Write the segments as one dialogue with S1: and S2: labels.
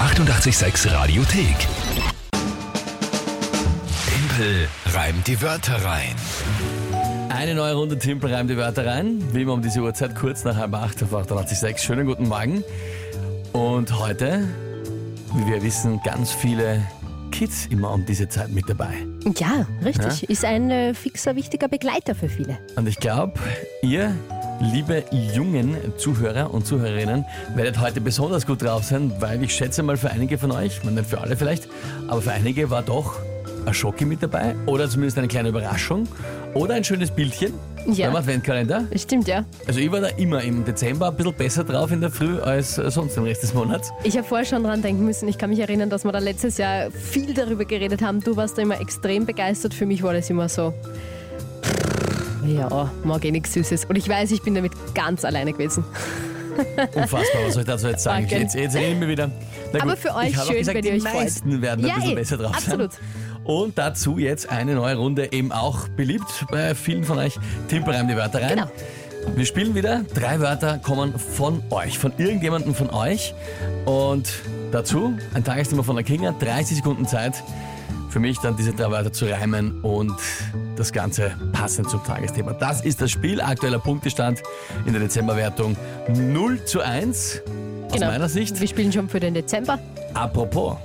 S1: 886 Radiothek. Tempel reimt die Wörter rein.
S2: Eine neue Runde Timpel reimt die Wörter rein. Wie immer um diese Uhrzeit, kurz nach halb acht auf 886. Schönen guten Morgen. Und heute, wie wir wissen, ganz viele Kids immer um diese Zeit mit dabei.
S3: Ja, richtig. Ist ein äh, fixer, wichtiger Begleiter für viele.
S2: Und ich glaube, ihr, liebe jungen Zuhörer und Zuhörerinnen, werdet heute besonders gut drauf sein, weil ich schätze mal für einige von euch, ich meine, nicht für alle vielleicht, aber für einige war doch ein Schocki mit dabei oder zumindest eine kleine Überraschung oder ein schönes Bildchen.
S3: Ja.
S2: Beim Adventkalender.
S3: Stimmt, ja.
S2: Also ich war da immer im Dezember ein bisschen besser drauf in der Früh als äh, sonst im Rest des Monats.
S3: Ich habe vorher schon dran denken müssen. Ich kann mich erinnern, dass wir da letztes Jahr viel darüber geredet haben. Du warst da immer extrem begeistert. Für mich war das immer so. Ja, mag eh nichts Süßes. Und ich weiß, ich bin damit ganz alleine gewesen.
S2: Unfassbar, was soll ich dazu jetzt sagen?
S3: Wahnsinn.
S2: Jetzt, jetzt reden wir wieder. Na
S3: Aber
S2: gut,
S3: für euch
S2: ich habe auch
S3: schön,
S2: gesagt,
S3: wenn ihr
S2: die
S3: euch freut.
S2: meisten werden
S3: Ja,
S2: ein bisschen
S3: eh,
S2: besser drauf
S3: absolut.
S2: sein. Und dazu jetzt eine neue Runde, eben auch beliebt bei vielen von euch. Timpel reimt die Wörter rein.
S3: Genau.
S2: Wir spielen wieder. Drei Wörter kommen von euch, von irgendjemandem von euch. Und dazu ein Tagesthema von der Kinga, 30 Sekunden Zeit für mich dann diese drei Wörter zu reimen und das Ganze passend zum Tagesthema. Das ist das Spiel. Aktueller Punktestand in der Dezemberwertung 0 zu 1 aus
S3: Genau.
S2: meiner Sicht.
S3: Wir spielen schon für den Dezember.
S2: Apropos,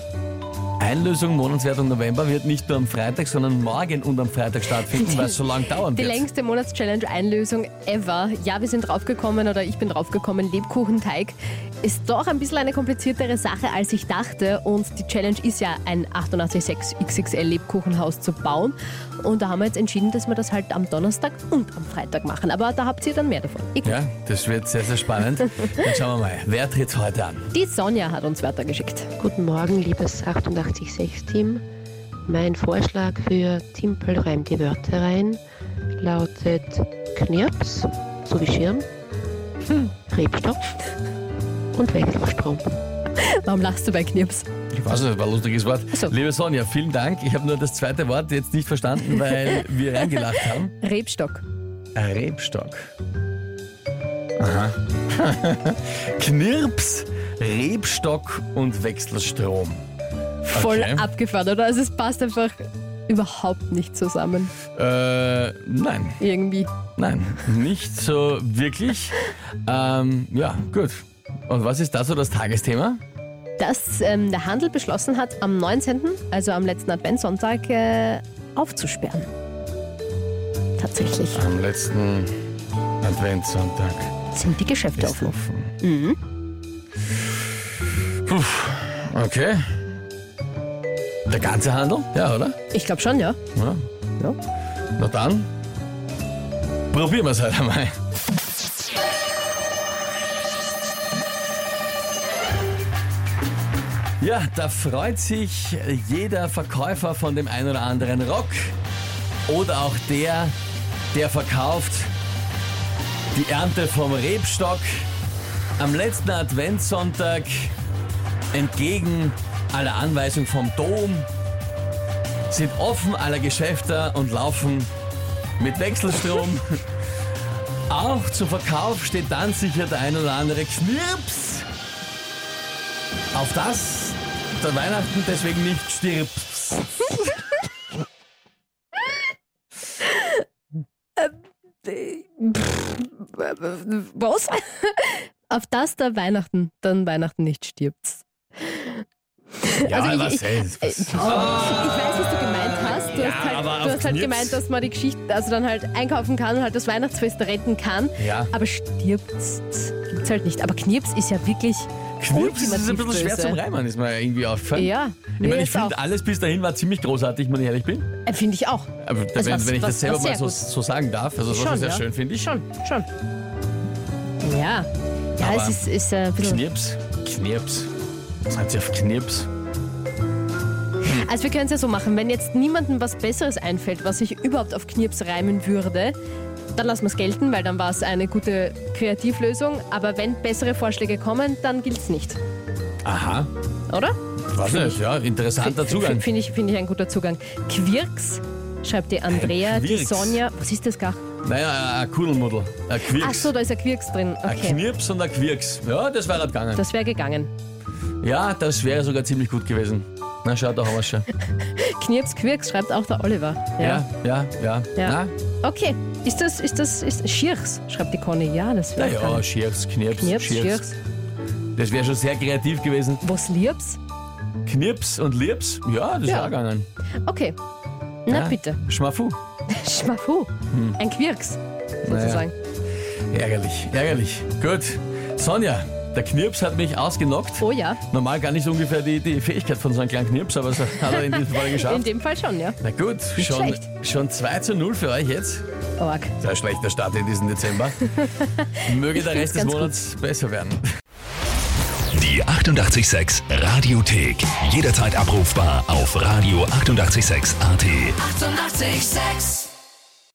S2: Einlösung Monatswertung November wird nicht nur am Freitag, sondern morgen und am Freitag stattfinden, weil es so lange dauern
S3: Die
S2: wird.
S3: längste Monatschallenge-Einlösung ever. Ja, wir sind draufgekommen oder ich bin draufgekommen. Lebkuchenteig ist doch ein bisschen eine kompliziertere Sache, als ich dachte. Und die Challenge ist ja, ein 886 XXL Lebkuchenhaus zu bauen. Und da haben wir jetzt entschieden, dass wir das halt am Donnerstag und am Freitag machen. Aber da habt ihr dann mehr davon. Ich,
S2: Ja, das wird sehr, sehr spannend. Dann schauen wir mal, wer tritt heute an?
S3: Die Sonja hat uns Wörter geschickt.
S4: Guten Morgen, liebes 886-Team. Mein Vorschlag für Timpel reimt die Wörter rein lautet Knirps sowie Schirm, Rebstock und Wechselstrom.
S3: Warum lachst du bei Knips?
S2: Ich weiß nicht, war ein lustiges Wort.
S3: Ach so.
S2: Liebe Sonja, vielen Dank. Ich habe nur das zweite Wort jetzt nicht verstanden, weil wir reingelacht haben.
S3: Rebstock.
S2: Ein Rebstock. Aha. Knirps, Rebstock und Wechselstrom.
S3: Voll
S2: Okay.
S3: abgefahren, oder? Also es passt einfach überhaupt nicht zusammen.
S2: Äh, nein,
S3: Irgendwie.
S2: nein, nicht so wirklich. Ähm, ja, gut. Und was ist das so das Tagesthema?
S3: dass ähm, der Handel beschlossen hat, am 19., also am letzten Adventssonntag, äh, aufzusperren. Tatsächlich
S2: Am letzten Adventssonntag
S3: sind die Geschäfte
S2: ist
S3: offen.
S2: offen. Puh, okay. Der ganze Handel? Ja, oder?
S3: Ich glaube schon, ja.
S2: Ja.
S3: Ja.
S2: Na dann, probieren wir es halt einmal. Ja, da freut sich jeder Verkäufer von dem einen oder anderen Rock oder auch der, der verkauft die Ernte vom Rebstock am letzten Adventssonntag entgegen aller Anweisung vom Dom sind offen aller Geschäfte und laufen mit Wechselstrom. Auch zum Verkauf steht dann sicher der ein oder andere Knirps. Auf das der Weihnachten deswegen nicht stirbst. Äh,
S3: Was? Auf das der Weihnachten, dann Weihnachten nicht stirbt.
S2: Ja,
S3: Also ich- was ich- Ich weiß, was du gemeint hast. Du hast halt,
S2: Äh, aber
S3: du
S2: auf
S3: hast halt
S2: Knips.
S3: gemeint, dass man die Geschichte, also dann halt einkaufen kann und halt das Weihnachtsfest retten kann.
S2: Ja.
S3: Aber stirbt's gibt's halt nicht. Aber Knirps ist ja wirklich.
S2: Knirps ist ein
S3: ultimativ
S2: bisschen schwer
S3: böse.
S2: zum Reimen, ist mir irgendwie aufgefallen.
S3: Ja,
S2: ich
S3: nee,
S2: meine, ich
S3: ist auch.
S2: finde alles bis dahin war ziemlich großartig, wenn ich ehrlich bin.
S3: Äh, Finde ich auch.
S2: Aber
S3: Es
S2: wenn,
S3: war-
S2: wenn ich
S3: war-
S2: das selber
S3: war
S2: mal
S3: sehr
S2: so,
S3: gut.
S2: so sagen darf, also das war schon sehr
S3: ja.
S2: schön, finde ich.
S3: Schon, schon. Ja. Ja,
S2: Aber
S3: es ist, ist äh, ein bisschen.
S2: Knirps, Knirps. Was heißt ihr auf Knirps?
S3: Also wir können es ja so machen, wenn jetzt niemandem was Besseres einfällt, was sich überhaupt auf Knirps reimen würde, dann lassen wir es gelten, weil dann war es eine gute Kreativlösung. Aber wenn bessere Vorschläge kommen, dann gilt es nicht,
S2: Aha.
S3: oder?
S2: Weiß nicht, ja, interessanter Zugang.
S3: Finde ich, finde ich ein guter Zugang. Quirks, schreibt die Andrea, die
S2: Quirks.
S3: Sonja. Was ist das gar?
S2: Naja, ein Kudelmuddel, ein Quirks.
S3: Ach so, da ist ein Quirks drin.
S2: Ein
S3: Okay.
S2: Knirps und ein Quirks. Ja, das wäre halt gegangen.
S3: Das wäre gegangen.
S2: Ja, das wäre sogar ziemlich gut gewesen. Na, schaut doch was schon.
S3: Knirps Quirks schreibt auch der Oliver.
S2: Ja, ja, ja.
S3: Ja. Okay, ist das, ist das, ist Schirchs, schreibt die Conny. Ja, das
S2: Na,
S3: wäre
S2: naja, Schirchs, Knirps,
S3: Knirps,
S2: Schirchs.
S3: Schirchs.
S2: Das wäre schon sehr kreativ gewesen.
S3: Was lieb's?
S2: Knirps und Lirps? Ja, das
S3: Ja.
S2: war gegangen.
S3: Okay. Na
S2: ja.
S3: bitte.
S2: Schmafu.
S3: Schmafu. Ein Quirks, sozusagen.
S2: Ärgerlich, ärgerlich. Gut. Sonja, der Knirps hat mich ausgenockt.
S3: Oh ja,
S2: Normal gar nicht so ungefähr die, die Fähigkeit von so einem kleinen Knirps, aber das hat er in diesem Fall
S3: in
S2: geschafft.
S3: dem Fall schon, ja.
S2: Na gut, schon,
S3: schlecht.
S2: schon 2 zu 0 für euch jetzt.
S3: Org.
S2: Sehr schlechter Start in diesen Dezember. Möge der
S3: find's
S2: Rest des
S3: ganz gut.
S2: Monats besser werden.
S1: Die 886 Radiothek. Jederzeit abrufbar auf radio886.at. 886!
S5: 886